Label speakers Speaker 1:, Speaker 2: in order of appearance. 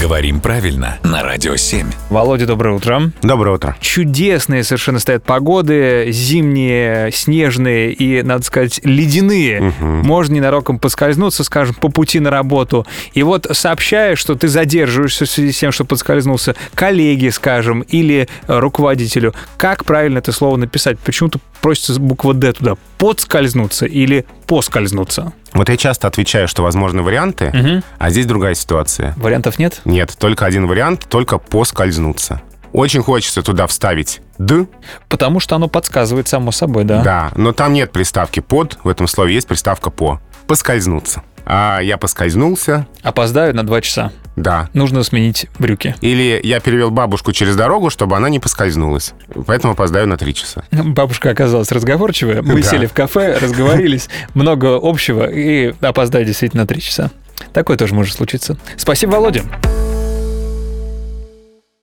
Speaker 1: Говорим правильно на Радио 7.
Speaker 2: Володя, доброе утро.
Speaker 3: Доброе утро.
Speaker 2: Чудесные совершенно стоят погоды, зимние, снежные и, надо сказать, ледяные. Можно ненароком поскользнуться, скажем, по пути на работу. И вот сообщая, что ты задерживаешься в связи с тем, что подскользнулся коллеге, скажем, или э, руководителю, как правильно это слово написать? Почему-то просится буква «Д» туда. Подскользнуться или поскользнуться?
Speaker 3: Вот я часто отвечаю, что возможны варианты, а здесь другая ситуация.
Speaker 2: Вариантов нет?
Speaker 3: Нет, только один вариант, только поскользнуться. Очень хочется туда вставить «д»,
Speaker 2: Потому что оно подсказывает само собой, да?
Speaker 3: да, но там нет приставки «под», в этом слове есть приставка «по». Поскользнуться. А я поскользнулся,
Speaker 2: Опоздаю на два часа.
Speaker 3: да.
Speaker 2: Нужно сменить брюки.
Speaker 3: Или я перевел бабушку через дорогу, чтобы она не поскользнулась. Поэтому опоздаю на три часа.
Speaker 2: Бабушка оказалась разговорчивая. Мы
Speaker 3: Да.
Speaker 2: сели в кафе, разговорились, много общего и опоздаю действительно на три часа. Такое тоже может случиться. Спасибо, Володя.